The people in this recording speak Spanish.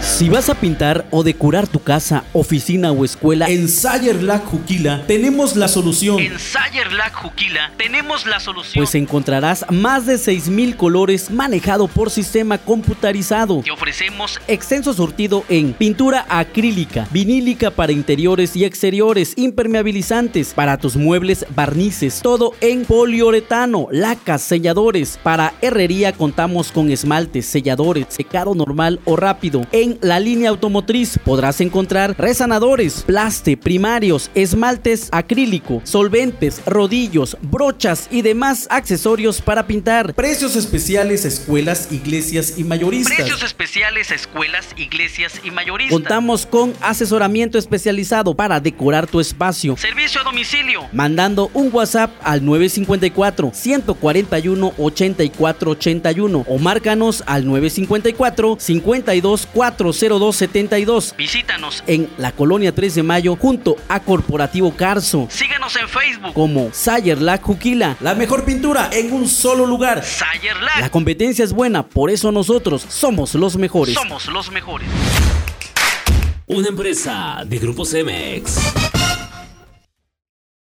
Si vas a pintar o decorar tu casa, oficina o escuela, En Sayer Lac Juquila tenemos la solución. En Sayer Lac Juquila tenemos la solución. pues encontrarás más de 6.000 colores manejado por sistema computarizado. te ofrecemos Extenso surtido en pintura acrílica, vinílica para interiores y exteriores, impermeabilizantes para tus muebles, barnices, todo en poliuretano, lacas, selladores. Para herrería contamos con esmaltes, selladores, secado normal o rápido. En la línea automotriz podrás encontrar resanadores, plaste, primarios, esmaltes acrílico, solventes, rodillos, brochas y demás accesorios para pintar. Precios especiales a escuelas, iglesias y mayoristas. precios especiales a escuelas, iglesias y mayoristas. Contamos con asesoramiento especializado para decorar tu espacio. Servicio a domicilio. Mandando un WhatsApp al 954-141-8481 o márcanos al 954-5240272 Visítanos. en la colonia 3 de mayo junto a Corporativo Carso Síguenos en Facebook. como Sayer La Juquila. La mejor pintura en un solo lugar. Sayer La Lac. competencia es buena, por eso nosotros somos los mejores. Somos los mejores. Una empresa de Grupo Cemex.